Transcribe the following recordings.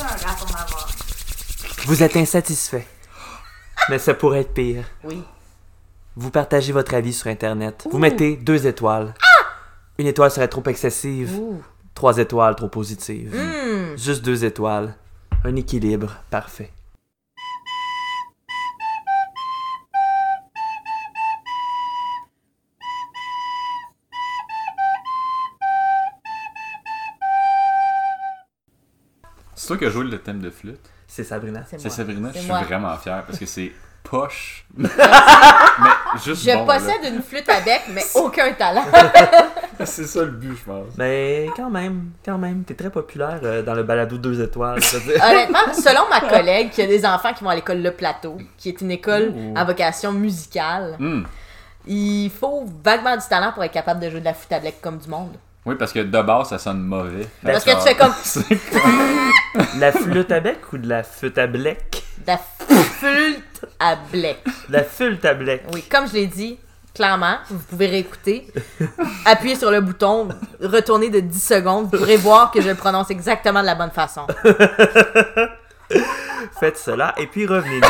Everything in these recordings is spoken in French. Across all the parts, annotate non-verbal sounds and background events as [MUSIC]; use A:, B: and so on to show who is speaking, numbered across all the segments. A: un rap en avoir.
B: Vous êtes insatisfait. Mais ça pourrait être pire.
A: Oui.
B: Vous partagez votre avis sur Internet. Vous mettez deux étoiles. Une étoile serait trop excessive.
A: Ah! Ouh.
B: Trois étoiles trop positives.
A: Hmm.
B: Juste deux étoiles. Un équilibre parfait.
C: C'est toi qui as joué le thème de flûte.
B: C'est Sabrina.
A: C'est
C: C'est
A: moi.
C: Sabrina, je
A: C'est
C: suis
A: moi.
C: vraiment fier parce
A: [LAUGHS]
C: que c'est poche. mais juste
A: Je
C: bon, là.
A: possède une flûte à bec, mais aucun talent.
C: C'est ça le but, je pense.
B: Mais quand même, quand même, t'es très populaire euh, dans le balado deux étoiles. je veux dire.
A: Honnêtement, selon ma collègue qui a des enfants qui vont à l'école Le Plateau, qui est une école
B: Ouh.
A: à vocation musicale,
C: Hmm.
A: il faut vaguement du talent pour être capable de jouer de la flûte à bec comme du monde.
C: Oui, parce que de base, ça sonne mauvais.
A: Parce que tu fais comme
C: fais
B: la flûte à bec ou de la flûte à blec?
A: de la flûte à bec.
B: De La flûte à blec.
A: Oui, comme je l'ai dit, clairement, vous pouvez réécouter. Appuyez sur le bouton, retournez de 10 secondes, vous pourrez voir que je le prononce exactement de la bonne façon.
B: Faites cela et puis revenez-nous.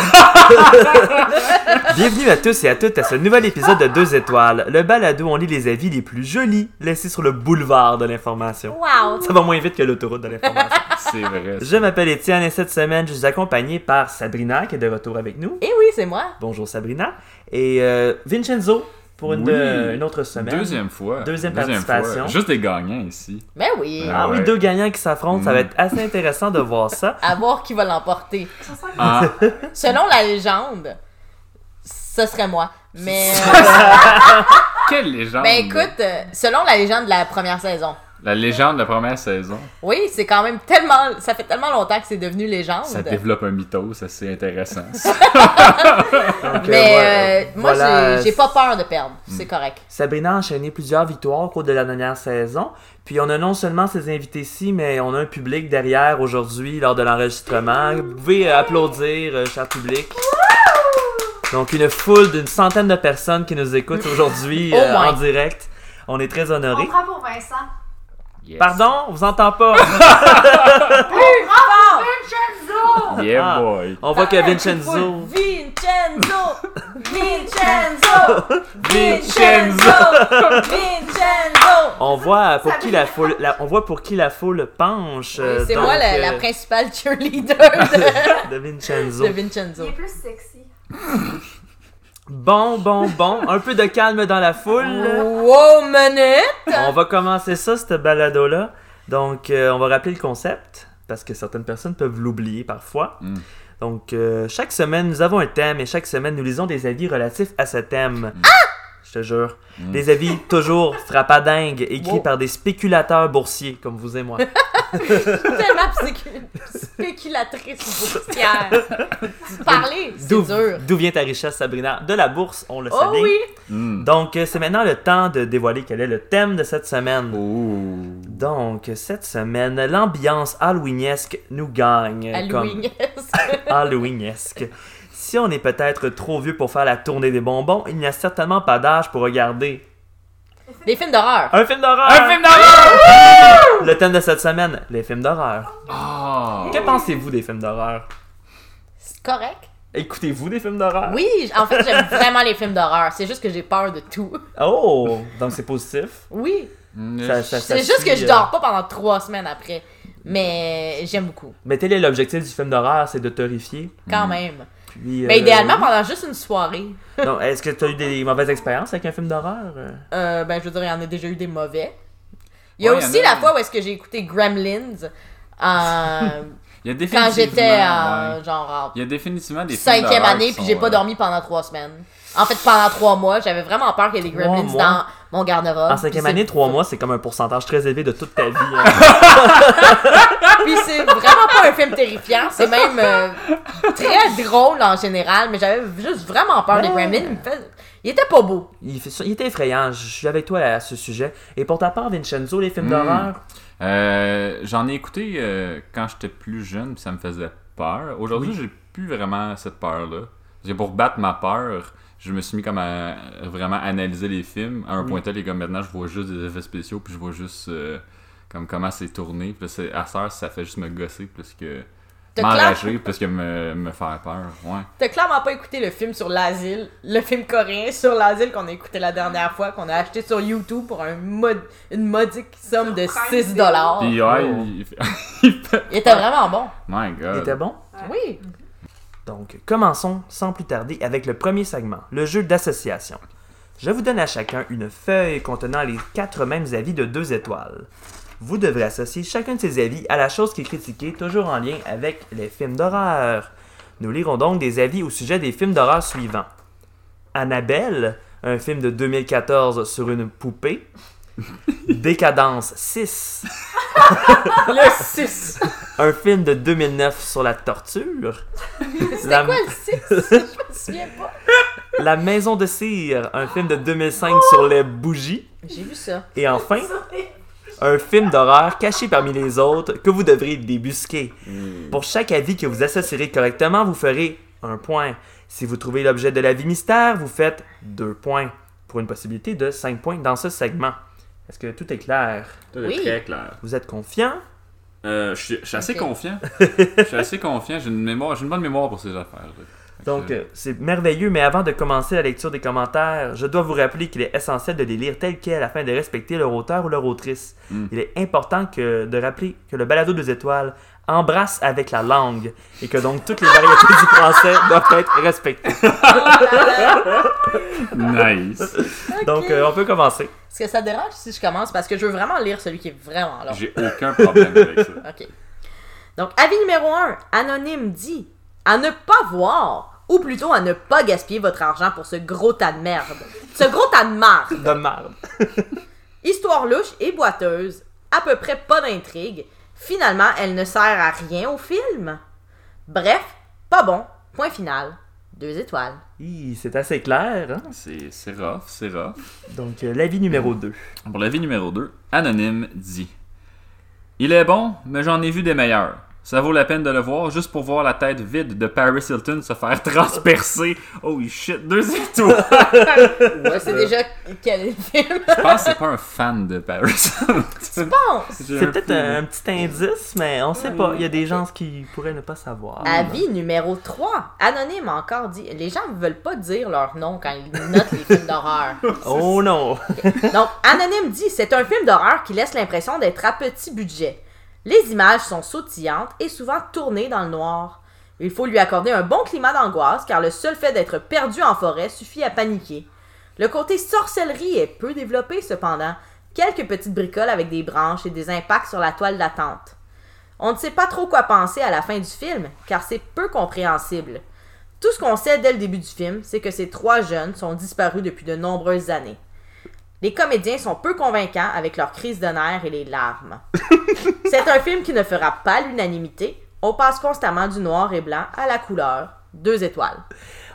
B: Bienvenue à tous et à toutes à ce nouvel épisode de Deux Étoiles, le balado où on lit les avis les plus jolis laissés sur le boulevard de l'information.
A: Wow!
B: Ça va moins vite que l'autoroute de l'information.
C: C'est vrai.
B: Je m'appelle Étienne et cette semaine, je suis accompagné par Sabrina qui est de retour avec nous.
A: Eh oui, c'est moi.
B: Bonjour Sabrina. Et euh, Vincenzo pour une,
C: Oui.
B: euh, une autre semaine.
C: Deuxième fois.
B: Deuxième
C: fois.
B: participation.
C: Juste des gagnants ici.
A: Ben oui.
B: Ah oui,
C: Ouais.
B: deux gagnants qui s'affrontent, ça va
C: Mm.
B: être assez intéressant de voir ça.
A: À voir qui va l'emporter.
C: Ah,
A: Selon la légende, ce serait moi. Mais, euh,
C: quelle légende!
A: ben écoute, euh, selon la légende de la première saison.
C: La légende de la première saison.
A: Oui, c'est quand même tellement. Ça fait tellement longtemps que c'est devenu légende.
C: Ça développe un mythos, ça
A: [LAUGHS]
C: c'est intéressant.
B: Donc, euh,
A: Mais euh,
B: voilà,
A: moi,
B: voilà, Hmm.
A: j'ai- j'ai pas peur de perdre. C'est correct.
B: Sabrina a enchaîné plusieurs victoires au cours de la dernière saison. Puis on a non seulement ces invités-ci, mais on a un public derrière aujourd'hui lors de l'enregistrement. Vous pouvez euh, applaudir, euh, cher public. Donc une foule d'une centaine de personnes qui nous
A: [LAUGHS]
B: écoutent aujourd'hui
A: Au
B: euh,
A: moins.
B: en direct. On est très
D: On
A: Oh
B: honorés.
D: prend pour Vincent.
C: Yes.
B: Pardon, on vous entend pas.
D: Vincenzo!
C: Yeah
B: Ah.
C: boy!
B: On voit que
A: [LAUGHS] Vincenzo!
B: Vincenzo.
A: Vincenzo! Vincenzo! Vincenzo!
B: On voit pour qui la foule, la- on voit pour qui la foule penche. [LAUGHS] euh,
A: C'est
B: donc,
A: moi la, la
B: euh,
A: principale cheerleader de,
B: de [LAUGHS] Vincenzo.
A: [LAUGHS] de
D: Il
A: Vincenzo.
D: est plus sexy.
B: Bon, bon, bon. Un peu de calme dans la
A: Oh.
B: foule.
A: Wow, minute!
B: On va commencer ça, cette balado-là. Donc, euh, on va rappeler le concept, parce que certaines personnes peuvent l'oublier parfois.
C: Mm.
B: Donc, euh, chaque semaine, nous avons un thème, et chaque semaine, nous lisons des avis relatifs à ce thème.
A: Mm.
B: Ah! Je te jure.
C: Mm.
B: Des avis toujours
A: [LAUGHS]
B: frappadingues, écrits
A: Wow.
B: par des spéculateurs boursiers, comme vous et moi.
A: Tellement spécu- spéculatrice boursière. Parler, [LAUGHS] c'est
B: D'où
A: dur.
B: d'où vient ta richesse, Sabrina De la bourse, on le sait
A: Oh
B: bien.
A: oui!
C: Hmm.
B: Donc, euh, c'est maintenant le temps de dévoiler quel est le thème de cette semaine.
A: Oh.
C: Ouh.
B: Donc, cette semaine, l'ambiance halloweeniesque nous gagne. Euh, comme-
A: Halloween.
B: Halloweenesque. Si on est peut-être trop vieux pour faire la tournée des bonbons, il n'y a certainement pas d'âge pour regarder
A: Des films d'horreur.
B: un film d'horreur.
C: Un film d'horreur!
B: Le thème de cette semaine, les films d'horreur.
C: Ah.
B: Que pensez-vous des films d'horreur
A: C'est correct?
B: Écoutez-vous des films d'horreur
A: Oui, j- en fait, j'aime vraiment les films d'horreur. C'est juste que j'ai peur de tout.
B: Oh, donc c'est positif.
A: Oui.
C: Hmm,
B: Ça- ça- ça
A: C'est juste
B: suit,
A: que je
B: euh,
A: dors pas pendant trois semaines après. Mais j'aime beaucoup,
B: Mais tel est l'objectif du film d'horreur, c'est de terrifier.
A: quand même.
B: Puis, euh,
A: Mais Ben, idéalement, pendant juste une soirée.
B: [LAUGHS] non, Est-ce que tu as eu des mauvaises expériences avec un film d'horreur Euh,
A: Euh, ben, je veux dire, il y en a déjà eu des mauvais. Il y a
C: Ouais,
A: aussi
C: il y en a-
A: la fois où est-ce que j'ai écouté Gremlins euh,
C: Il y a
A: quand
C: définitivement.
A: j'étais
C: ouais.
A: en genre
C: Il y a définitivement des
A: en
C: films
A: cinquième
C: d'horreur
A: année,
C: qui
A: puis
C: sont,
A: j'ai pas
C: euh,
A: dormi pendant trois semaines. En fait, pendant trois mois, j'avais vraiment peur qu'il y ait des
B: Trois
A: Gremlins
B: mois?
A: dans mon garde-robe.
B: En cinquième
A: Puis Ah, c'est-
B: année, trois mois, c'est comme un pourcentage très élevé de toute ta vie. hein.
A: [LAUGHS] Puis c'est vraiment pas un film terrifiant, c'est même euh, très drôle en général, mais j'avais juste vraiment peur des
B: Ouais.
A: Gremlins. Il, me fait- il était pas beau.
B: il, fait- il était effrayant, je suis avec toi à ce sujet. Et pour ta part, Vincenzo, les films
C: Hmm.
B: d'horreur
C: Euh, J'en ai écouté euh, quand j'étais plus jeune, puis ça me faisait peur. Aujourd'hui, j'ai plus vraiment cette peur-là. Parce que pour battre ma peur, je me suis mis comme à vraiment analyser les films à un
B: Oui.
C: point tel et comme maintenant, je vois juste des effets spéciaux, puis je vois juste euh, comme comment c'est tourné. Puis là, c'est- à cette heure, ça fait juste me gosser plus que
A: T'as
C: M'enrager parce que me, me faire peur. Ouais.
A: T'as clairement pas écouté le film sur l'asile, le film coréen sur l'asile qu'on a écouté la dernière fois, qu'on a acheté sur YouTube pour un mod- une modique somme de
D: Prime
A: 6
D: Video.
A: dollars.
C: Puis ouais,
B: Oh.
C: il, [LAUGHS] il fait-
A: Il était vraiment bon.
C: My
B: Il
C: god.
B: était bon?
A: Oui.
B: Donc, commençons sans plus tarder avec le premier segment, le jeu d'association. Je vous donne à chacun une feuille contenant les quatre mêmes avis de deux étoiles. Vous devrez associer chacun de ces avis à la chose qui est critiquée, toujours en lien avec les films d'horreur. Nous lirons donc des avis au sujet des films d'horreur suivants. Annabelle, un film de 2014 sur une poupée. Décadence 6,
A: Le 6.
B: un film de 2009 sur la torture.
A: [LAUGHS] C'était
B: La-
A: quoi le 6? Je me souviens pas.
B: La Maison de Cire, un film de 2005 sur les bougies.
A: J'ai
B: [LAUGHS]
A: vu ça.
B: Et enfin, un film d'horreur caché parmi les autres que vous devrez débusquer.
C: Mm.
B: Pour chaque avis que vous associerez correctement, vous ferez un point. Si vous trouvez l'objet de l'avis mystère, vous faites deux points. Pour une possibilité de cinq points dans ce segment. Est-ce que tout est clair?
C: C'était
A: Oui.
C: Très clair.
B: Vous êtes confiant?
C: Euh, je suis je suis assez
A: Ok.
C: confiant. Je suis assez confiant. J'ai une mémoire, j'ai une bonne mémoire pour ces affaires.
B: Donc, euh, c'est merveilleux, mais avant de commencer la lecture des commentaires, je dois vous rappeler qu'il est essentiel de les lire tels quels afin de respecter leur auteur ou leur autrice.
C: Mm.
B: Il est important que, de rappeler que le balado des étoiles embrasse avec la langue et que donc toutes les variétés du français doivent être respectées.
A: euh,
C: nice.
B: Donc, euh, on peut commencer.
A: Est-ce que ça te dérange si je commence? Parce que je veux vraiment lire celui qui est vraiment long.
C: J'ai aucun problème avec ça.
A: OK. Donc, avis numéro 1, Anonyme dit à ne pas voir, ou plutôt à ne pas gaspiller votre argent pour ce gros tas de merde. Ce gros tas de merde.
B: De marde.
A: Histoire louche et boiteuse, à peu près pas d'intrigue. Finalement, elle ne sert à rien au film. Bref, pas bon. Point final. Deux étoiles.
B: Hi, C'est assez clair. hein?
C: C'est c'est rough, c'est rough.
B: Donc, euh, l'avis numéro 2.
C: Pour l'avis numéro 2, Anonyme dit Il est bon, mais j'en ai vu des meilleurs. Ça vaut la peine de le voir juste pour voir la tête vide de Paris Hilton se faire transpercer. Holy shit, deux étoiles!
A: Ouais, c'est déjà quel film.
C: Je pense que c'est pas un fan de Paris Hilton.
A: Bon,
B: C'est peut-être euh,
C: [LAUGHS]
B: un, un petit indice, mais on sait pas. Il y a des gens qui pourraient ne pas savoir.
A: Avis numéro 3. Anonyme encore dit Les gens ne veulent pas dire leur nom quand ils notent les films d'horreur.
B: Oh non! [LAUGHS]
A: Donc, Anonyme dit C'est un film d'horreur qui laisse l'impression d'être à petit budget. Les images sont sautillantes et souvent tournées dans le noir. Il faut lui accorder un bon climat d'angoisse car le seul fait d'être perdu en forêt suffit à paniquer. Le côté sorcellerie est peu développé cependant. Quelques petites bricoles avec des branches et des impacts sur la toile d'attente. On ne sait pas trop quoi penser à la fin du film car c'est peu compréhensible. Tout ce qu'on sait dès le début du film, c'est que ces trois jeunes sont disparus depuis de nombreuses années. Les comédiens sont peu convaincants avec leurs crises de nerfs et les larmes. [LAUGHS] C'est un film qui ne fera pas l'unanimité. On passe constamment du noir et blanc à la couleur. Deux étoiles.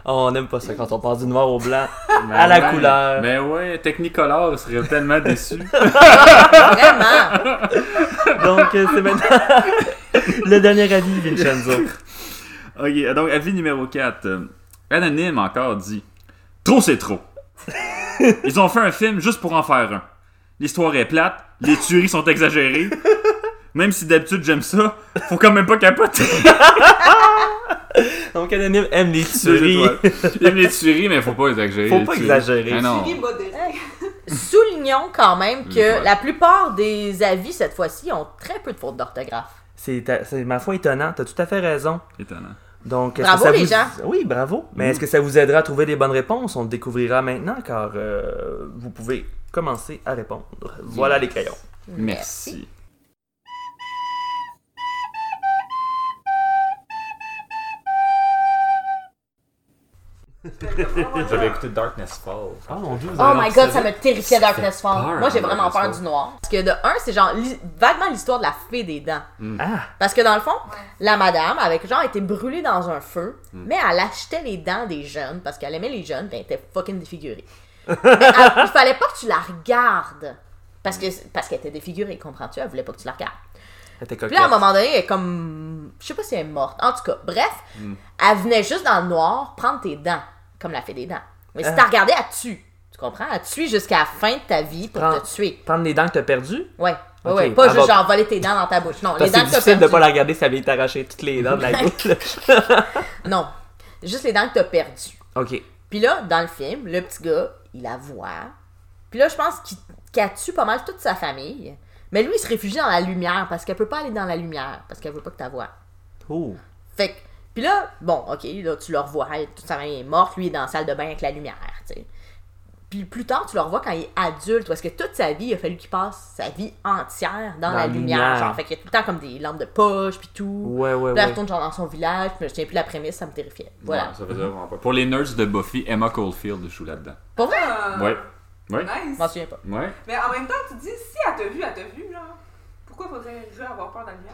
B: Oh, on n'aime pas ça quand on passe du noir au blanc. À la couleur.
C: Mais Ben, ouais, Technicolor serait tellement déçu. Ah! [LAUGHS]
A: Vraiment!
B: Donc, euh, c'est maintenant [LAUGHS] le dernier avis, Vincenzo.
C: Ok, donc avis numéro 4. Euh, Anonyme encore dit Trop
B: [LAUGHS]
C: c'est trop. Ils ont fait un film juste pour en faire un. L'histoire est plate, les tueries sont exagérées. Même si d'habitude j'aime ça, faut quand même pas capoter.
B: Donc, Anonyme aime les
C: Deux
B: tueries.
C: étoiles. J'aime les tueries, mais faut pas exagérer.
B: Faut
C: les
B: pas
C: tueries.
B: exagérer.
C: Ah non.
D: Julie modérée.
A: Soulignons quand même que
C: Ouais.
A: la plupart des avis cette fois-ci ont très peu de fautes d'orthographe.
B: C'est, ta- c'est ma foi étonnant, t'as tout à fait raison.
C: Étonnant.
B: Donc, est-ce
A: Bravo,
B: que ça
A: les
B: vous-
A: gens.
B: Oui, bravo. Mais
C: Mm.
B: est-ce que ça vous aidera à trouver des bonnes réponses On le découvrira maintenant car euh, vous pouvez commencer à répondre. Voilà les crayons.
C: Merci. [LAUGHS] J'avais écouté Darkness Fall.
B: Oh mon dieu,
A: Oh my god, ça me terrifiait
B: ça
A: Darkness
B: fait
A: Fall.
C: peur,
A: Moi, j'ai vraiment
C: Darkness
A: peur
C: Fall.
A: du noir. Parce que de un, c'est genre li- vaguement l'histoire de la fée des dents.
B: Ah,
A: Parce que dans le fond, la madame, avec genre, était brûlée dans un feu,
B: Mm.
A: mais elle achetait les dents des jeunes parce qu'elle aimait les jeunes, puis elle était fucking
B: [LAUGHS]
A: défigurée. mais elle- il fallait pas que tu la regardes. Parce que parce qu'elle était défigurée, comprends-tu? Elle voulait pas que tu la regardes.
B: elle était
A: Puis
B: coquette.
A: là, à un moment donné, elle est comme. Je sais pas si elle est morte. En tout cas, bref,
B: Mm.
A: elle venait juste dans le noir prendre tes dents, comme la fée des dents. Mais si
B: Ah.
A: t'as regardé, elle te tue. Tu comprends? Elle te suit jusqu'à la fin de ta vie pour
B: Prends-
A: te tuer.
B: Prendre les dents que t'as perdues.
A: Ouais. Ouais,
B: Ok.
A: ouais. Pas
B: Elle
A: juste
B: va-
A: genre voler tes dents dans ta bouche. Non, les
B: Parce que c'est
A: dents que t'as
B: difficile de
A: perdues.
B: pas la regarder ça vient t'arracher toutes les dents de
A: [LAUGHS]
B: la bouche. [LAUGHS] là.
A: Non. Juste les dents que t'as perdues.
B: ok.
A: Puis là, dans le film, le petit gars, il la voit. Puis là, je pense qu'il qu'elle tue pas mal toute sa famille. Mais lui, il se réfugie dans la lumière parce qu'elle peut pas aller dans la lumière parce qu'elle veut pas que t'as vois.
B: Oh.
A: Fait que, puis là, bon, ok, là, tu le revois, elle, toute sa famille est morte, lui, il est dans la salle de bain avec la lumière, tu sais. Puis plus tard, tu le revois quand il est adulte, parce que toute sa vie, il a fallu qu'il passe sa vie entière dans,
B: Dans
A: la
B: la
A: lumière.
B: lumière.
A: Genre, fait qu'il y a tout le temps comme des lampes de poche, puis tout.
B: Ouais, ouais,
A: Puis là, elle
B: ouais.
A: retourne genre dans son village, puis je tiens plus la prémisse, ça me terrifiait. Voilà.
C: Ouais, ça faisait vraiment peur. Pour les nerds de Buffy, Emma Caulfield joue là-dedans.
A: Pour vrai,
E: Euh,
C: Ouais. Ouais.
A: je
E: Nice.
A: m'en souviens pas.
C: Ouais.
E: Mais en même temps, tu dis, si elle t'a vu, elle t'a vu, là. Pourquoi faudrait-je avoir peur de la lumière?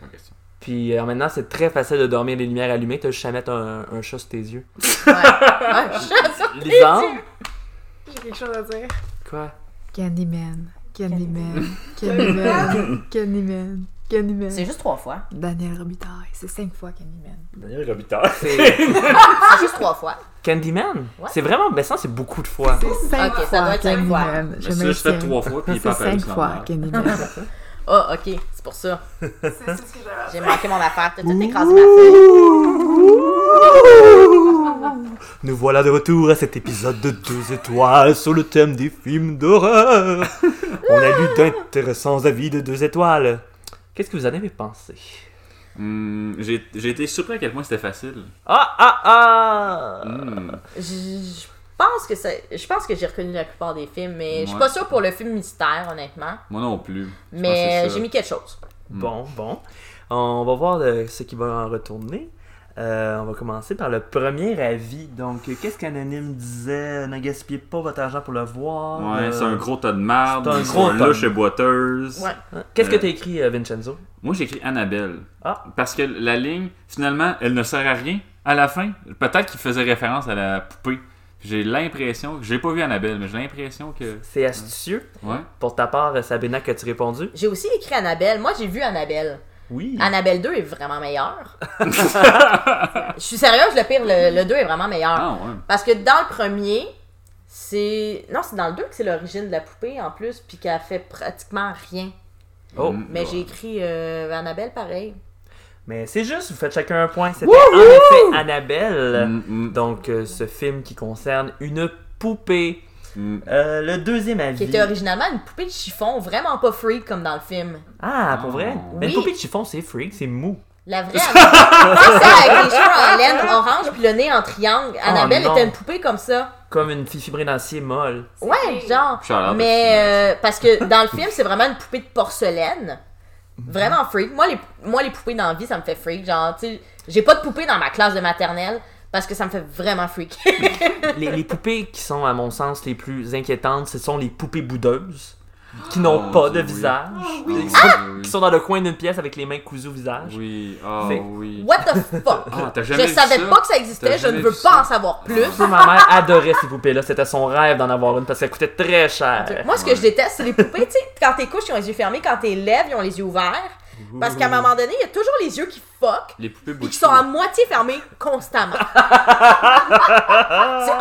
C: Bonne question.
B: Puis euh, maintenant, c'est très facile de dormir les lumières allumées. T'as juste à mettre un, un chat sur tes yeux.
A: Ouais.
E: Ah,
A: ouais, Ah, je sais ça.
B: Lisande?
F: J'ai quelque chose à dire.
B: Quoi?
F: Candyman. Candyman.
C: [LAUGHS]
F: Candyman. Candyman. Candyman.
A: C'est juste trois fois.
F: Daniel Robitaille. C'est cinq fois Candyman.
C: Daniel Robitaille.
A: [LAUGHS]
B: C'est
A: Ah, C'est juste trois fois.
B: Candyman?
A: Ouais.
B: C'est vraiment... Ben ça, c'est beaucoup de fois.
F: C'est cinq
A: Ok, ça
F: fois
A: doit être cinq fois.
F: Candyman. Je
C: Je ça, je fais
F: maintiens.
C: trois fois, puis il est
F: C'est
C: pas
F: cinq
C: pareil,
F: fois Candyman.
A: Ah, ok, c'est pour ça.
E: C'est c'est ce que j'avais à
A: J'ai
E: dire.
A: manqué mon affaire. T'as tout écrasé ma feuille.
B: [LAUGHS] Nous voilà de retour à cet épisode de deux étoiles sur le thème des films
A: [LAUGHS]
B: d'horreur. On a lu d'intéressants avis de deux étoiles. Qu'est-ce que vous en avez pensé?
C: Hum, J'ai j'ai été surpris à quel point c'était facile.
B: Ah ah ah!
C: Hum.
A: Je- Je pense que ça. Je pense que j'ai reconnu la plupart des films, mais je suis
C: Ouais.
A: pas sûre pour le film mystère, honnêtement.
C: Moi non plus. Je pense
A: Mais
C: que c'est ça.
A: j'ai mis quelque chose.
B: Bon, bon. On va voir euh, ce qui va en retourner. Euh, on va commencer par le premier avis. Donc, euh, qu'est-ce qu'Anonyme disait? Ne gaspillez pas votre argent pour le voir.
C: Ouais,
B: Euh,
C: c'est un gros tas de marde.
B: c'est un
C: ils
B: gros
C: sont
B: tas de-
C: là chez Boiteuse.
A: Ouais.
B: hein? Qu'est-ce que
C: Euh,
B: t'as écrit, euh, Vincenzo?
C: Moi, j'écris Annabelle.
B: Ah.
C: Parce que la ligne, finalement, elle ne sert à rien à la fin. Peut-être qu'il faisait référence à la poupée. J'ai l'impression, j'ai pas vu Annabelle, mais j'ai l'impression que.
B: C'est astucieux.
C: Ouais.
B: Pour ta part, euh, Sabina, que tu répondu?
A: J'ai aussi écrit Annabelle. Moi, j'ai vu Annabelle.
B: Oui.
A: Annabelle 2 est vraiment
C: [LAUGHS]
A: meilleure. je suis sérieuse, le pire, le, le 2 est vraiment meilleur.
C: Ah, ouais.
A: Parce que dans le premier, c'est. Non, c'est dans le 2 que c'est l'origine de la poupée en plus, puis qu'elle fait pratiquement rien.
B: Oh.
C: Mm,
A: Mais
C: ouais.
A: j'ai écrit euh, Annabelle pareil.
B: Mais c'est juste, vous faites chacun un point. C'était en effet Annabelle.
C: Mm, mm,
B: Donc, euh, ce film qui concerne une poupée.
C: mm.
B: Euh, le deuxième avis.
A: Qui était originalement une poupée de chiffon, vraiment pas freak comme dans le film.
B: Ah, pour vrai?
C: Oh.
B: Mais une
A: Oui.
B: poupée de chiffon, c'est freak, c'est mou.
A: La vraie Annabelle, celle avec les cheveux en laine orange puis le nez en triangle.
C: Oh
A: Annabelle
B: non.
A: était une poupée comme ça.
B: Comme une fifi d'acier molle.
A: [LAUGHS] Ouais, genre.
C: Shout-out
A: Mais euh, parce que dans le film, c'est vraiment une poupée de porcelaine. Vraiment freak. Moi les, moi, les poupées dans la vie, ça me fait freak. Genre, tu sais, j'ai pas de poupée dans ma classe de maternelle parce que ça me fait vraiment freak. [LAUGHS]
B: les, les poupées qui sont, à mon sens, les plus inquiétantes, ce sont les poupées boudeuses, qui n'ont
C: Oh,
B: pas de
C: Dieu, oui. Ah,
B: visage,
C: oui.
B: qui sont dans le coin d'une pièce avec les mains cousues au visage.
C: Oui, ah
B: Fait-
C: oui.
A: What the fuck?
C: Ah, t'as jamais
A: je
C: vu
A: savais
C: ça? Ah,
A: pas que ça existait,
C: T'as
A: je ne
C: jamais
A: veux
C: vu
A: pas
C: ça?
A: en savoir plus.
B: Ça, Ma mère adorait ces poupées-là, c'était son rêve d'en avoir une parce qu'elles coûtaient très cher.
A: Moi, ce que je déteste, c'est les poupées, tu sais, quand tes couches, ils ont les yeux fermés, quand tes lèvres, ils ont les yeux ouverts. Parce qu'à un moment donné, il y a toujours les yeux qui fuck,
C: Les poupées
A: puis qui
C: bouchées.
A: sont à moitié fermés
B: [LAUGHS]
A: constamment. c'est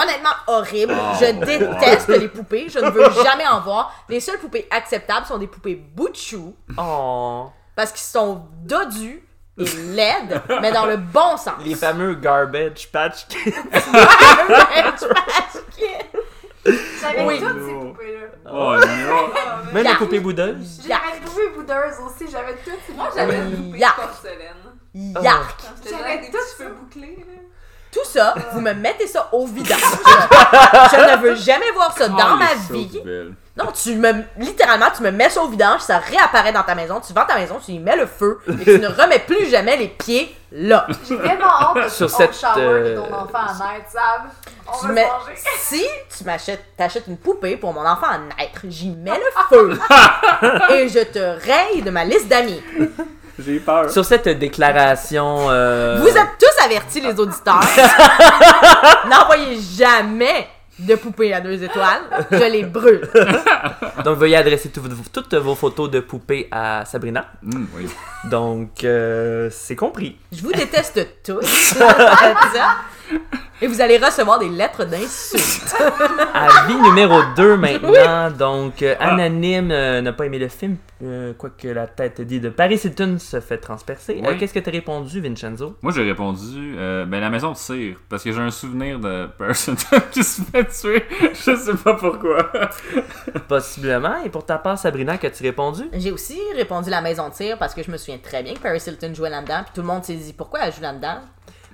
A: honnêtement horrible.
B: Ah,
C: Oh,
A: Je déteste les poupées, je ne veux jamais en voir. Les seules poupées acceptables sont des poupées bout de chou,
B: Oh,
A: parce qu'ils sont dodus et laides, mais dans le bon sens.
B: les
A: [LAUGHS]
B: fameux garbage patch. Kids.
D: J'avais
A: Oui.
D: toutes ces poupées-là.
C: Oh non!
B: Même les
A: Yeah.
B: poupées boudeuses.
D: J'avais les poupées boudeuses aussi, j'avais toutes ces
E: Moi,
D: poupées.
E: j'avais une poupée
A: Yark.
E: de porcelaine.
B: Ah.
A: Yark.
E: J'avais
D: J'avais
E: des
D: tout
E: petits
D: ça.
E: cheveux bouclés, là.
A: Tout ça, vous me mettez ça au vidange. je ne veux jamais voir [LAUGHS] ça dans
C: Ah, Oh,
A: ma vie. Non, tu me. Littéralement, tu me mets ça au vidange, ça réapparaît dans ta maison, tu vends ta maison, tu y mets le feu et tu ne remets plus jamais les pieds là.
D: J'ai vraiment hâte de
B: Sur
D: sur
B: cette,
D: cette shower
B: euh,
D: de ton enfant à naître, Sab. On
A: Tu
D: va
A: mets-
D: se manger.
A: Si tu m'achètes, t'achètes une poupée pour mon enfant à naître, j'y mets le feu et je te raye de ma liste d'amis.
C: J'ai peur.
B: Sur cette déclaration. euh,
A: Vous êtes tous avertis, les auditeurs. N'envoyez jamais de poupées à deux étoiles, je les brûle.
B: Donc, veuillez adresser tout- toutes vos photos de poupées à Sabrina.
C: Mm, oui.
B: Donc, euh, c'est compris.
A: Je vous déteste tous. [LAUGHS] Ça, Et vous allez recevoir des lettres d'insultes.
B: Avis numéro
C: [LAUGHS]
B: 2 maintenant. Donc, euh,
C: Ah.
B: Anonyme euh, n'a pas aimé le film, euh, quoique la tête dit de Paris Hilton se fait transpercer. Euh,
C: Oui.
B: Qu'est-ce que t'as répondu,
C: [LAUGHS]
B: Vincenzo?
C: Moi, j'ai répondu, euh, ben la maison de cire, parce que j'ai un souvenir de [LAUGHS] Personton qui se fait tuer, je sais pas pourquoi.
B: Possiblement. Et pour ta part, Sabrina, qu'as-tu répondu?
A: J'ai aussi répondu la maison de tir parce que je me souviens très bien que Paris Hilton jouait là-dedans. Puis tout le monde s'est dit pourquoi elle joue là-dedans.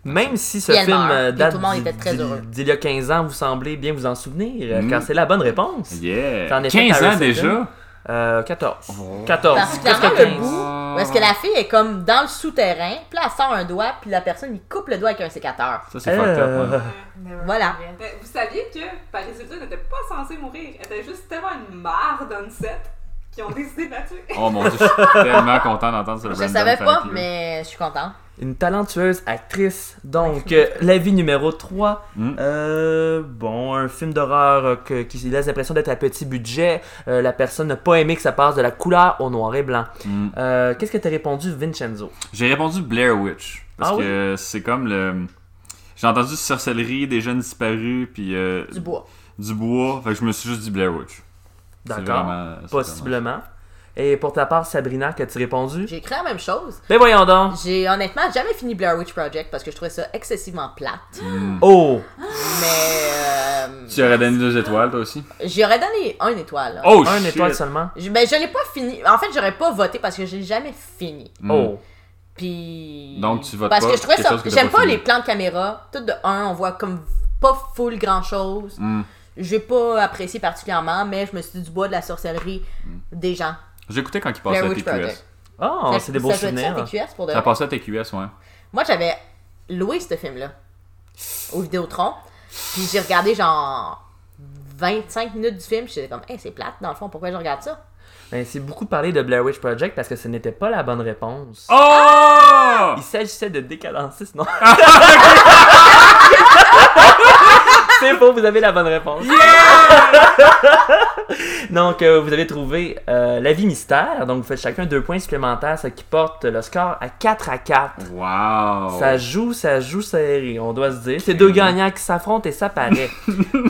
B: Même si ce
A: Puis elle
B: film
A: meurt,
B: euh,
A: puis
B: date
A: tout le monde
B: d'il-
A: était très
B: d'il-
A: heureux.
B: d'il y a 15 ans, vous semblez bien vous en souvenir, euh,
C: Mm.
B: car c'est la bonne réponse.
C: Yeah!
B: T'en étais
C: 15 ans
B: Paris
C: déjà?
B: Euh, 14.
C: Oh.
B: 14.
A: Parce que
B: presque
A: clairement, le
B: 15.
A: bout- Ou est-ce que la fille est comme dans le souterrain, puis là, elle sort un doigt, puis la personne, il coupe le doigt avec un sécateur.
C: Ça, c'est fucked up,
B: Euh,
C: ouais.
F: Never
A: Voilà.
F: forget.
E: Mais Ben, vous saviez que Paris Hilton n'était pas censée mourir. Elle était juste tellement une merde dans le set qu'ils ont décidé de la tuer.
C: Oh mon dieu, je suis tellement content d'entendre ça. le
A: Je
C: Brandon,
A: savais
C: thank
A: pas,
C: you.
A: mais je suis contente.
B: Une talentueuse actrice. Donc, euh, l'avis numéro 3.
C: Mm.
B: Euh, bon, un film d'horreur euh, que- qui laisse l'impression d'être à petit budget. Euh, la personne n'a pas aimé que ça passe de la couleur au noir et blanc.
C: Mm.
B: Euh, Qu'est-ce que t'as répondu, Vincenzo?
C: J'ai répondu Blair Witch. Parce
B: Ah oui?
C: que c'est comme le. J'ai entendu sorcellerie, des jeunes disparus, puis euh,
A: Du bois.
C: du bois. Fait que je me suis juste dit Blair Witch. C'est
B: D'accord.
C: vraiment- c'est vraiment-
B: Possiblement. Et pour ta part, Sabrina, qu'as-tu répondu?
A: J'ai écrit la même chose.
B: Ben voyons donc!
A: J'ai honnêtement jamais fini Blair Witch Project parce que je trouvais ça excessivement plate.
C: Mm.
B: Oh!
A: Mais euh,
C: Tu aurais donné deux étoiles, toi aussi?
A: j'aurais donné une étoile. là.
C: Oh,
B: un
C: shit!
B: étoile seulement?
A: Je, ben, je l'ai pas fini. En fait, j'aurais pas voté parce que je l'ai jamais fini.
C: Mm.
B: Oh!
A: Puis.
C: Donc, tu votes
A: Parce
C: pas
A: que je trouvais
C: quelque
A: ça.
C: chose que t'as
A: J'aime
C: pas
A: pas,
C: fini.
A: les plans de caméra. Tout de un, on voit comme pas full grand chose.
C: Mm.
A: J'ai pas apprécié particulièrement, mais je me suis dit du bois de la sorcellerie
C: Hmm.
A: des gens.
C: J'écoutais quand il passait
A: Blair
C: à
A: Witch
C: TQS.
A: Project.
B: Oh,
A: Fait que
B: c'est des
A: ça
B: beaux
A: doit être ça,
B: souvenirs.
A: TQS, pour de
C: Ça
A: vrai.
C: passait à TQS, ouais.
A: Moi, j'avais loué ce film-là au Vidéotron. Puis j'ai regardé genre 25 minutes du film. J'étais comme, hey, c'est plate, dans le fond, pourquoi je regarde ça?
B: Ben, c'est beaucoup parlé de Blair Witch Project parce que ce n'était pas la bonne réponse.
C: Oh!
A: Ah!
B: Il s'agissait de Décadencis, non?
C: Ah,
B: [LAUGHS] C'est faux, vous avez la bonne réponse. donc, euh, vous avez trouvé euh, l'avis mystère. Donc, vous faites chacun deux points supplémentaires, ce qui porte le score à 4 à 4.
C: Oh! Wow!
B: Ça joue, ça joue serré, on doit se dire. C'est deux gagnants qui s'affrontent et ça
C: [LAUGHS]
B: paraît.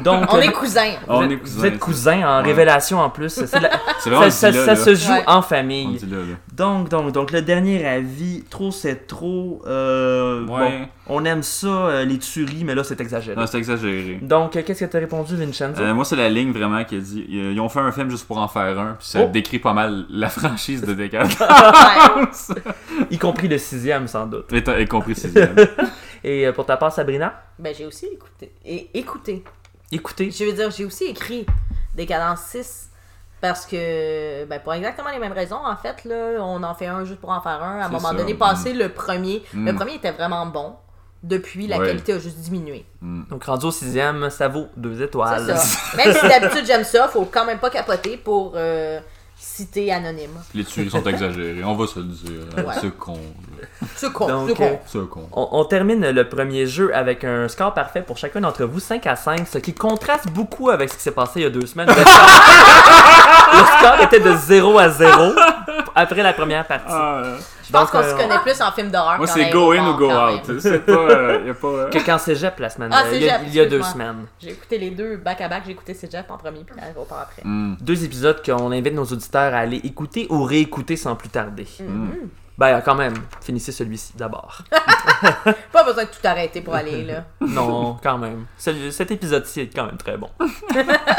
B: Donc,
A: On
B: euh,
A: est cousins.
B: vous,
C: Oh, On
B: êtes,
C: est
B: vous êtes cousins en
C: Ouais.
B: révélation en plus. C'est
C: [LAUGHS]
B: la- ça,
C: C'est vraiment
B: ça-
C: dit là,
B: ça
C: là.
B: se joue
A: Ouais.
B: en
C: On
B: famille.
C: dit là, là.
B: Donc, donc, donc, le dernier avis, trop c'est trop. euh, bon,
C: Ouais.
B: on aime ça, euh, les tueries, mais là, c'est exagéré.
C: Non, c'est exagéré.
B: Donc, euh, qu'est-ce que t'as répondu, Vincenzo?
C: Euh, moi, c'est la ligne vraiment qui a dit euh, ils ont fait un film juste pour en faire un, puis ça
B: Oh.
C: décrit pas mal la [LAUGHS] franchise
B: [LAUGHS]
C: de Décadence,
A: Ouais.
B: Y compris le sixième, sans doute.
C: et, t'as- y compris sixième.
B: Et euh, pour ta part, Sabrina?
A: Ben, j'ai aussi écouté. Et, écouté.
B: Écoutez.
A: Je veux dire, j'ai aussi écrit Décadence 6 parce que, ben, pour exactement les mêmes raisons, en fait, là, on en fait un juste pour en faire un. À un
C: C'est
A: moment
C: ça.
A: donné, passé le premier. Le
C: Mm.
A: premier était vraiment bon. Depuis, la
C: Ouais.
A: qualité a juste diminué.
C: Mm.
B: Donc, rendu au sixième, ça vaut deux étoiles.
A: C'est ça. Même si d'habitude j'aime ça, faut quand même pas capoter pour euh, citer anonyme.
C: Les tueries sont exagérées, on va se le dire.
A: Ouais.
C: C'est con. là.
A: C'est con,
B: Donc,
A: c'est con.
B: euh,
C: C'est con.
B: On, on termine le premier jeu avec un score parfait pour chacun d'entre vous, 5 à 5, ce qui contraste beaucoup avec ce qui s'est passé il y a deux semaines. Le score, le score était de 0 à 0 après la première partie.
A: Je pense qu'on
B: euh,
A: se connaît plus en film d'horreur.
C: Moi,
A: qu'en
C: c'est go in
A: aéroport,
C: ou go
A: Ah, quand même.
C: out. C'est pas. euh, y a pas euh,
B: Que quand cégep la semaine,
A: Ah,
B: euh, il y a,
A: cégep,
B: il y a deux
A: excuse-moi.
B: semaines.
A: J'ai écouté les deux back à back, j'ai écouté Cégep en premier puis l'aéroport après.
C: Mm.
B: Deux épisodes qu'on invite nos auditeurs à aller écouter ou réécouter sans plus tarder.
C: Mm.
A: Mhm.
B: Ben, quand même, finissez celui-ci d'abord.
A: [LAUGHS] Pas besoin de tout arrêter pour aller là.
C: Mm.
B: Non, quand même. Ce- cet épisode-ci est quand même très
A: [LAUGHS]
B: bon. [LAUGHS]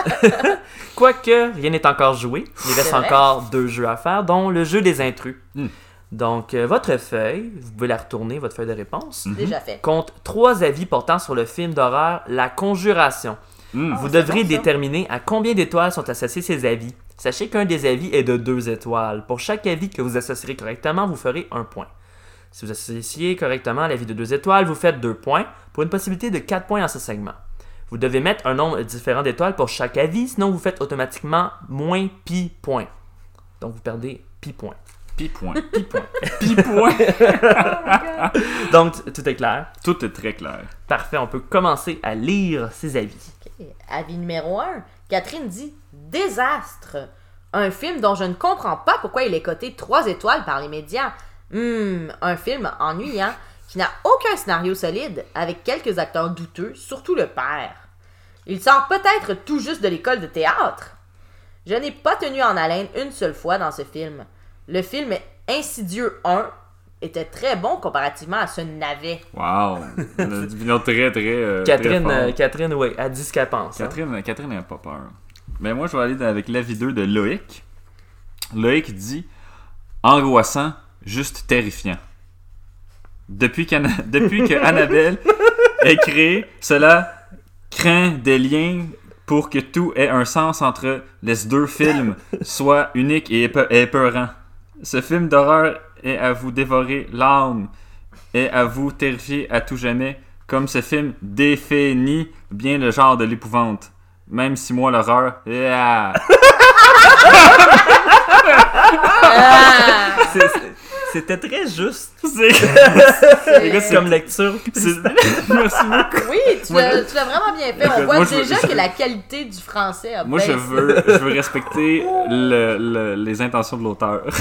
B: Quoique, rien n'est encore joué. Il reste
A: C'est vrai.
B: encore deux jeux à faire, dont le jeu des intrus.
C: Hmm.
B: Donc, euh, votre feuille, vous pouvez la retourner, votre feuille de réponse,
C: Mhm.
A: Déjà fait.
B: compte trois avis portant sur le film d'horreur La Conjuration.
C: Mm.
B: Vous
A: Ah, c'est
B: devrez
A: bon, ça.
B: déterminer à combien d'étoiles sont associés ces avis. Sachez qu'un des avis est de deux étoiles. Pour chaque avis que vous associerez correctement, vous ferez un point. Si vous associez correctement l'avis de deux étoiles, vous faites deux points pour une possibilité de quatre points en ce segment. Vous devez mettre un nombre différent d'étoiles pour chaque avis, sinon vous faites automatiquement moins pi points. Donc vous perdez pi points.
C: Pi point.
B: Pi points.
C: Pi point.
B: Donc t- tout est clair.
C: Tout est très clair.
B: Parfait, on peut commencer à lire ces avis.
A: Ok. Avis numéro 1. Catherine dit Désastre. Un film dont je ne comprends pas pourquoi il est coté 3 étoiles par les médias. Hum, un film Hmm, ennuyant qui n'a aucun scénario solide, avec quelques acteurs douteux, surtout le père. Il sort peut-être tout juste de l'école de théâtre. Je n'ai pas tenu en haleine une seule fois dans ce film. Le film Insidieux 1 était très bon comparativement à ce navet.
B: [LAUGHS]
C: Wow! Une opinion très, très. euh, très
B: Catherine,
C: forte.
B: euh, Catherine, oui, elle dit ce qu'elle pense. hein.
C: Catherine, Catherine n'a pas peur. Mais moi, je vais aller dans- avec l'avis 2 de Loïc. Loïc dit angoissant, juste terrifiant. Depuis, qu'Anna- [LAUGHS] depuis que Annabelle est créée, cela craint des liens pour que tout ait un sens entre les deux films, soit unique et épe- et épeurant. Ce film d'horreur est à vous dévorer l'âme, est à vous terrifier à tout jamais, comme ce film définit bien le genre de l'épouvante. Même si moi, l'horreur, yeah.
A: Ah!
B: C'est- c'est- C'était très [LAUGHS] juste.
C: c'est
B: Les gars, c'est comme lecture.
C: c'est- [LAUGHS] Merci beaucoup.
A: Oui, tu l'as tu l'as vraiment bien fait. On
C: Moi,
A: voit
C: je-
A: déjà
C: je-
A: que la qualité du français a
C: Moi, je
A: baissé.
C: veux, je veux respecter le- le- les intentions de l'auteur.
A: Oui,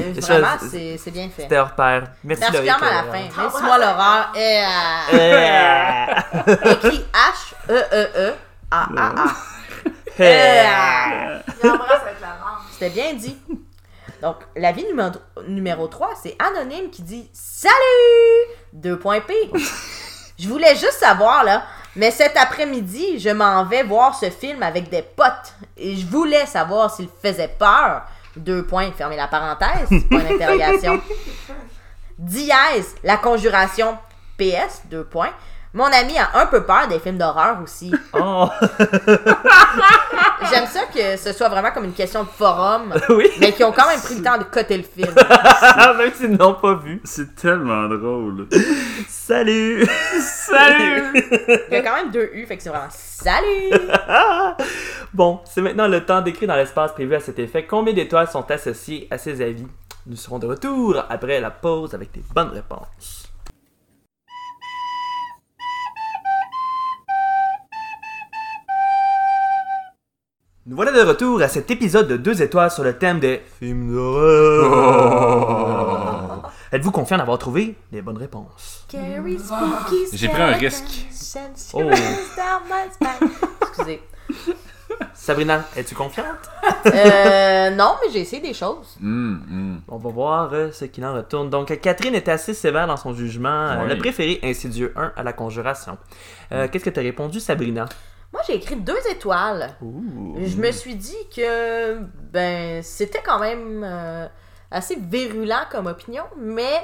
A: euh,
B: Je-
A: vraiment, c'est c'est bien fait.
B: C'était hors pair. Merci,
A: Merci
B: Loïc.
A: clairement à la
B: euh,
A: fin. Laisse-moi l'horreur. Eh, ah.
B: Euh,
A: [LAUGHS] Écrit E H-E-E-E-A-A-A. [LAUGHS]
B: euh,
A: Ah.
D: Il embrasse avec la langue.
A: C'était bien dit. Donc, l'avis numéro, numéro 3, c'est Anonyme qui dit Salut Deux points P. Je voulais juste savoir, là, mais cet après-midi, je m'en vais voir ce film avec des potes et je voulais savoir s'il faisait peur. Deux points, fermez la parenthèse, point d'interrogation. Dièse, la conjuration, PS, deux points. Mon ami a un peu peur des films d'horreur aussi.
B: oh, [LAUGHS]
A: J'aime ça que ce soit vraiment comme une question de forum.
B: oui.
A: Mais qui ont quand même pris le temps de coter le film.
B: Ah, Même s'ils ne l'ont pas vu.
C: C'est tellement drôle.
B: Salut! Salut!
A: Il y a quand même deux U, fait que c'est vraiment salut!
B: bon, c'est maintenant le temps d'écrire dans l'espace prévu à cet effet combien d'étoiles sont associées à ces avis. Nous serons de retour après la pause avec des bonnes réponses. Nous voilà de retour à cet épisode de deux étoiles sur le thème des films
C: Oh.
B: d'horreur. Êtes-vous confiant d'avoir trouvé les bonnes réponses?
C: J'ai pris un risque.
B: Oh.
A: Excusez.
B: Sabrina, es-tu confiante?
A: Euh, non, mais j'ai essayé des choses.
C: Hmm, hmm.
B: On va voir euh, ce qu'il en retourne. Donc, euh, Catherine était assez sévère dans son jugement. Euh,
C: Oui.
B: Elle a préféré Insidieux 1 à la Conjuration. Euh, Qu'est-ce que t'as répondu, Sabrina?
A: Moi, j'ai écrit deux étoiles. Je me suis dit que, ben, c'était quand même euh, assez virulent comme opinion, mais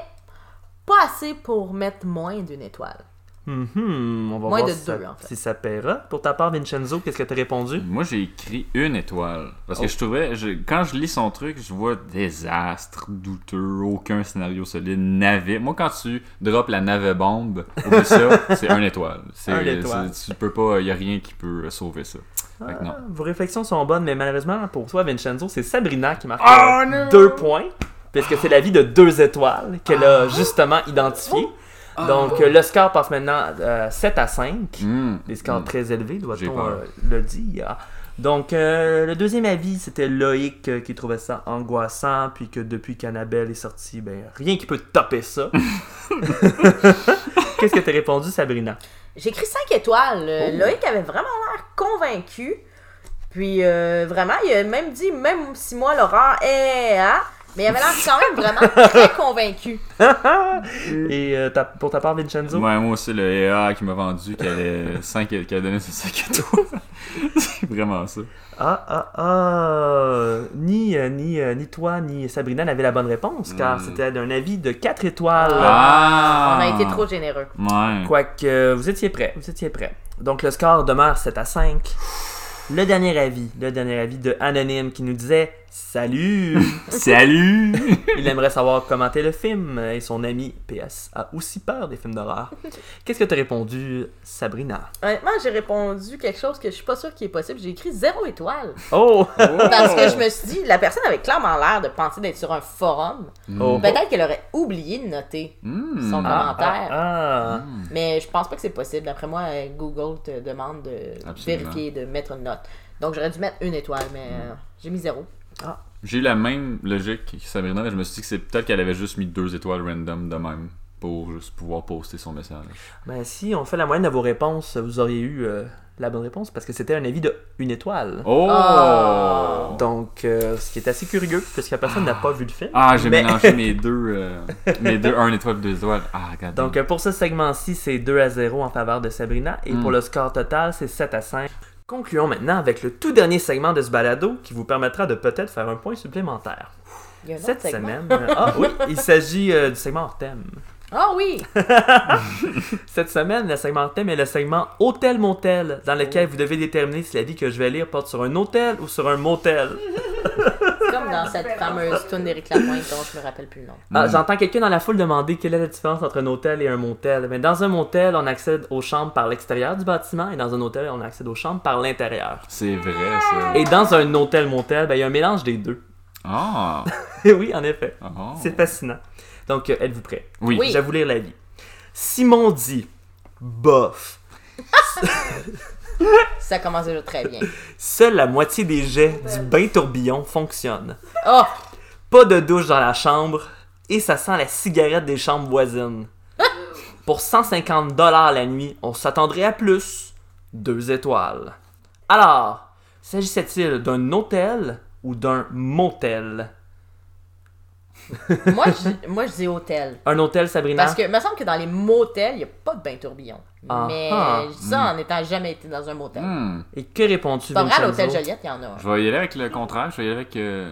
A: pas assez pour mettre moins d'une étoile.
B: Mhm, On va
A: Moins
B: voir
A: de
B: si, ça-
A: deux, en fait.
B: si ça paiera. Pour ta part, Vincenzo, qu'est-ce que t'as répondu?
C: Moi, j'ai écrit une étoile. Parce que
B: Oh.
C: je trouvais, je- quand je lis son truc, je vois désastre, douteux, aucun scénario solide, navet. Moi, quand tu drops la navet bombe,
B: [LAUGHS]
C: oublie ça, c'est une étoile. C'est,
B: Un étoile.
C: c'est- tu peux pas, y a rien qui peut euh, sauver ça. Fait que non.
B: Ah, vos réflexions sont bonnes, mais malheureusement, pour toi, Vincenzo, c'est Sabrina qui marque
A: Oh,
B: euh, deux points. Puisque c'est l'avis de deux étoiles qu'elle
A: Ah!
B: a justement identifié.
A: Oh!
B: Donc, euh, le score passe maintenant euh, 7 à 5.
C: Hmm,
B: Des scores
C: hmm.
B: très élevés,
C: J'ai
B: doit-on
C: peur.
B: euh, le dire. Donc, euh, le deuxième avis, c'était Loïc euh, qui trouvait ça angoissant, puis que depuis qu'Annabelle est sortie, ben, rien qui peut topper
C: [LAUGHS]
B: ça. Qu'est-ce que t'as répondu, Sabrina?
A: J'ai écrit 5 étoiles. Euh,
B: Oh.
A: Loïc avait vraiment l'air convaincu. Puis euh, vraiment, il a même dit, même si moi l'horreur est... hein, mais il avait l'air quand
B: [LAUGHS]
A: même vraiment très convaincu.
B: Et euh, ta- pour ta part, Vincenzo?
C: Mm. Ouais, moi aussi, le EA qui m'a vendu
B: [LAUGHS]
C: qu'elle est 5, qu'elle a donné ses 5 étoiles. [LAUGHS] c'est vraiment ça.
B: Ah, ah, ah! Ni, euh, ni, euh, ni toi, ni Sabrina n'avaient la bonne réponse, car
C: Hmm.
B: c'était d'un avis de 4 étoiles.
C: Ah!
A: On a été trop généreux. [LAUGHS]
C: Ouais.
B: Quoique, euh, vous étiez prêts, vous étiez prêts. Donc le score demeure 7 à 5. Le dernier avis, le dernier avis de Anonyme qui nous disait Salut
C: Salut!
B: Il aimerait savoir commenter le film et son ami PS a aussi peur des films d'horreur. Qu'est-ce que t'as répondu, Sabrina
A: Honnêtement, j'ai répondu quelque chose que je suis pas sûre qui est possible. J'ai écrit zéro étoile.
B: Oh
A: Parce que je me suis dit, la personne avait clairement l'air de penser d'être sur un forum.
B: Oh.
A: Peut-être qu'elle aurait oublié de noter
C: Hmm.
A: son
B: Ah,
A: commentaire.
B: ah, ah.
A: Mais je pense pas que c'est possible. D'après moi, euh, Google te demande de
C: Absolument.
A: vérifier, de mettre une note. Donc j'aurais dû mettre une étoile, mais
B: Mm.
A: euh, j'ai mis zéro.
C: J'ai eu la même logique que Sabrina, mais je me suis dit que c'est peut-être qu'elle avait juste mis deux étoiles random de même. pour juste pouvoir poster son message.
B: Ben, si on fait la moyenne de vos réponses, vous auriez eu euh, la bonne réponse parce que c'était un avis de une étoile.
C: Oh!
A: Oh!
B: Donc, euh, ce qui est assez curieux, puisque la personne n'a pas vu le film.
C: Ah, j'ai
B: Mais-
C: mélangé mes deux, euh, mes deux, un étoile, deux étoiles. Ah, regarde.
B: Donc, euh, pour ce segment-ci, c'est 2 à 0 en faveur de Sabrina. Et
C: Mm.
A: Hmm.
B: pour le score total, c'est 7 à 5. Concluons maintenant avec le tout dernier segment de ce balado qui vous permettra de peut-être faire un point supplémentaire.
A: Il y a un autre
B: Cette
A: segment.
B: semaine, euh, ah oui,
A: [LAUGHS]
B: il s'agit euh, du segment hors thème.
A: Ah oui!
B: Cette semaine, le segment thème est le segment hôtel-motel, dans lequel
A: Oh.
B: vous devez déterminer si la vie que je vais lire porte sur un hôtel ou sur un motel.
A: C'est comme dans cette fameuse tune d'Éric Lapointe dont je me rappelle plus le nom.
B: Ah,
C: Mm.
B: J'entends quelqu'un dans la foule demander quelle est la différence entre un hôtel et un motel. Mais dans un motel, on accède aux chambres par l'extérieur du bâtiment et dans un hôtel, on accède aux chambres par l'intérieur.
C: C'est vrai, ça.
B: Et dans un hôtel-motel, ben, il y a un mélange des deux. [LAUGHS]
C: Ah!
B: Et oui, en effet.
C: Ah.
B: C'est fascinant. Donc, euh, êtes-vous prêts?
C: Oui.
A: Oui.
B: Je vais vous lire l'avis. Simon dit bof.
A: Ça commence déjà très bien.
B: Seule la moitié des jets du
A: Ben.
B: bain tourbillon fonctionne.
A: Oh!
B: Pas de douche dans la chambre et ça sent la cigarette des chambres
A: [LAUGHS]
B: voisines. Pour 150 dollars la nuit, on s'attendrait à plus. Deux étoiles. Alors, s'agissait-il d'un hôtel ou d'un motel?
A: Moi, je, moi, je dis hôtel.
B: Un hôtel, Sabrina?
A: Parce que, me semble que dans les motels, il n'y a pas de bain tourbillon.
B: Ah,
A: Mais
B: ah.
A: je dis ça en n'étant jamais été dans un motel.
C: Hmm.
B: Et que réponds-tu,
A: C'est pas vrai, à
B: Vincenzo?
A: l'hôtel Joliette, il y en a un.
C: Je vais y aller avec le contraire. Je vais y aller avec euh,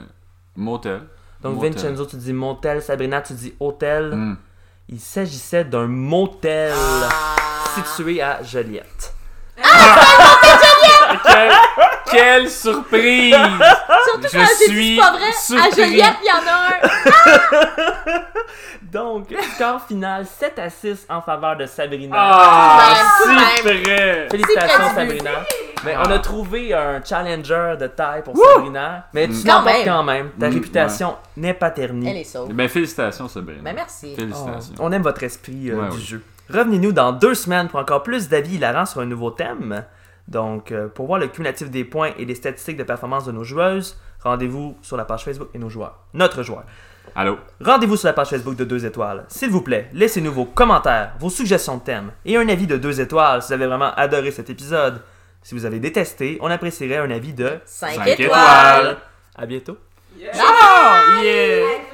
C: motel.
B: Donc,
C: Motel.
B: Vincenzo, tu dis motel. Sabrina, tu dis hôtel.
C: Hmm.
B: Il s'agissait d'un motel
A: Ah.
B: situé à Joliette.
C: Quelle,
B: [LAUGHS]
C: quelle surprise!
A: Surtout
C: Je
A: quand j'ai dit
C: suis
A: c'est pas vrai, à
C: surpris.
A: Joliette, il y en a un.
B: Donc, score final 7 à 6 en faveur de Sabrina.
C: Ah,
A: Ben,
C: si près!
B: Félicitations,
A: C'est près du but.
B: Sabrina. Mais
C: Ah.
B: on a trouvé un challenger de taille pour Sabrina. Mais tu
A: Quand
B: l'emportes
A: même.
B: quand même. Ta
C: Mm,
B: réputation n'est pas ternie.
A: Elle est sauve.
C: Ben, félicitations, Sabrina.
A: Ben merci.
B: Oh,
C: Félicitations.
B: on aime votre esprit euh,
C: Ouais,
B: du
C: oui.
B: jeu. Revenez-nous dans deux semaines pour encore plus d'avis hilarants sur un nouveau thème. Donc, euh, pour voir le cumulatif des points et les statistiques de performance de nos joueuses, rendez-vous sur la page Facebook et nos joueurs. Notre joueur.
C: Allô?
B: Rendez-vous sur la page Facebook de 2 étoiles. S'il vous plaît, laissez-nous vos commentaires, vos suggestions de thèmes et un avis de 2 étoiles si vous avez vraiment adoré cet épisode. Si vous avez détesté, on apprécierait un avis de
A: 5
C: Cinq
A: étoiles.
B: à bientôt.
E: Yeah.
C: Ah! Yeah!
D: Hey,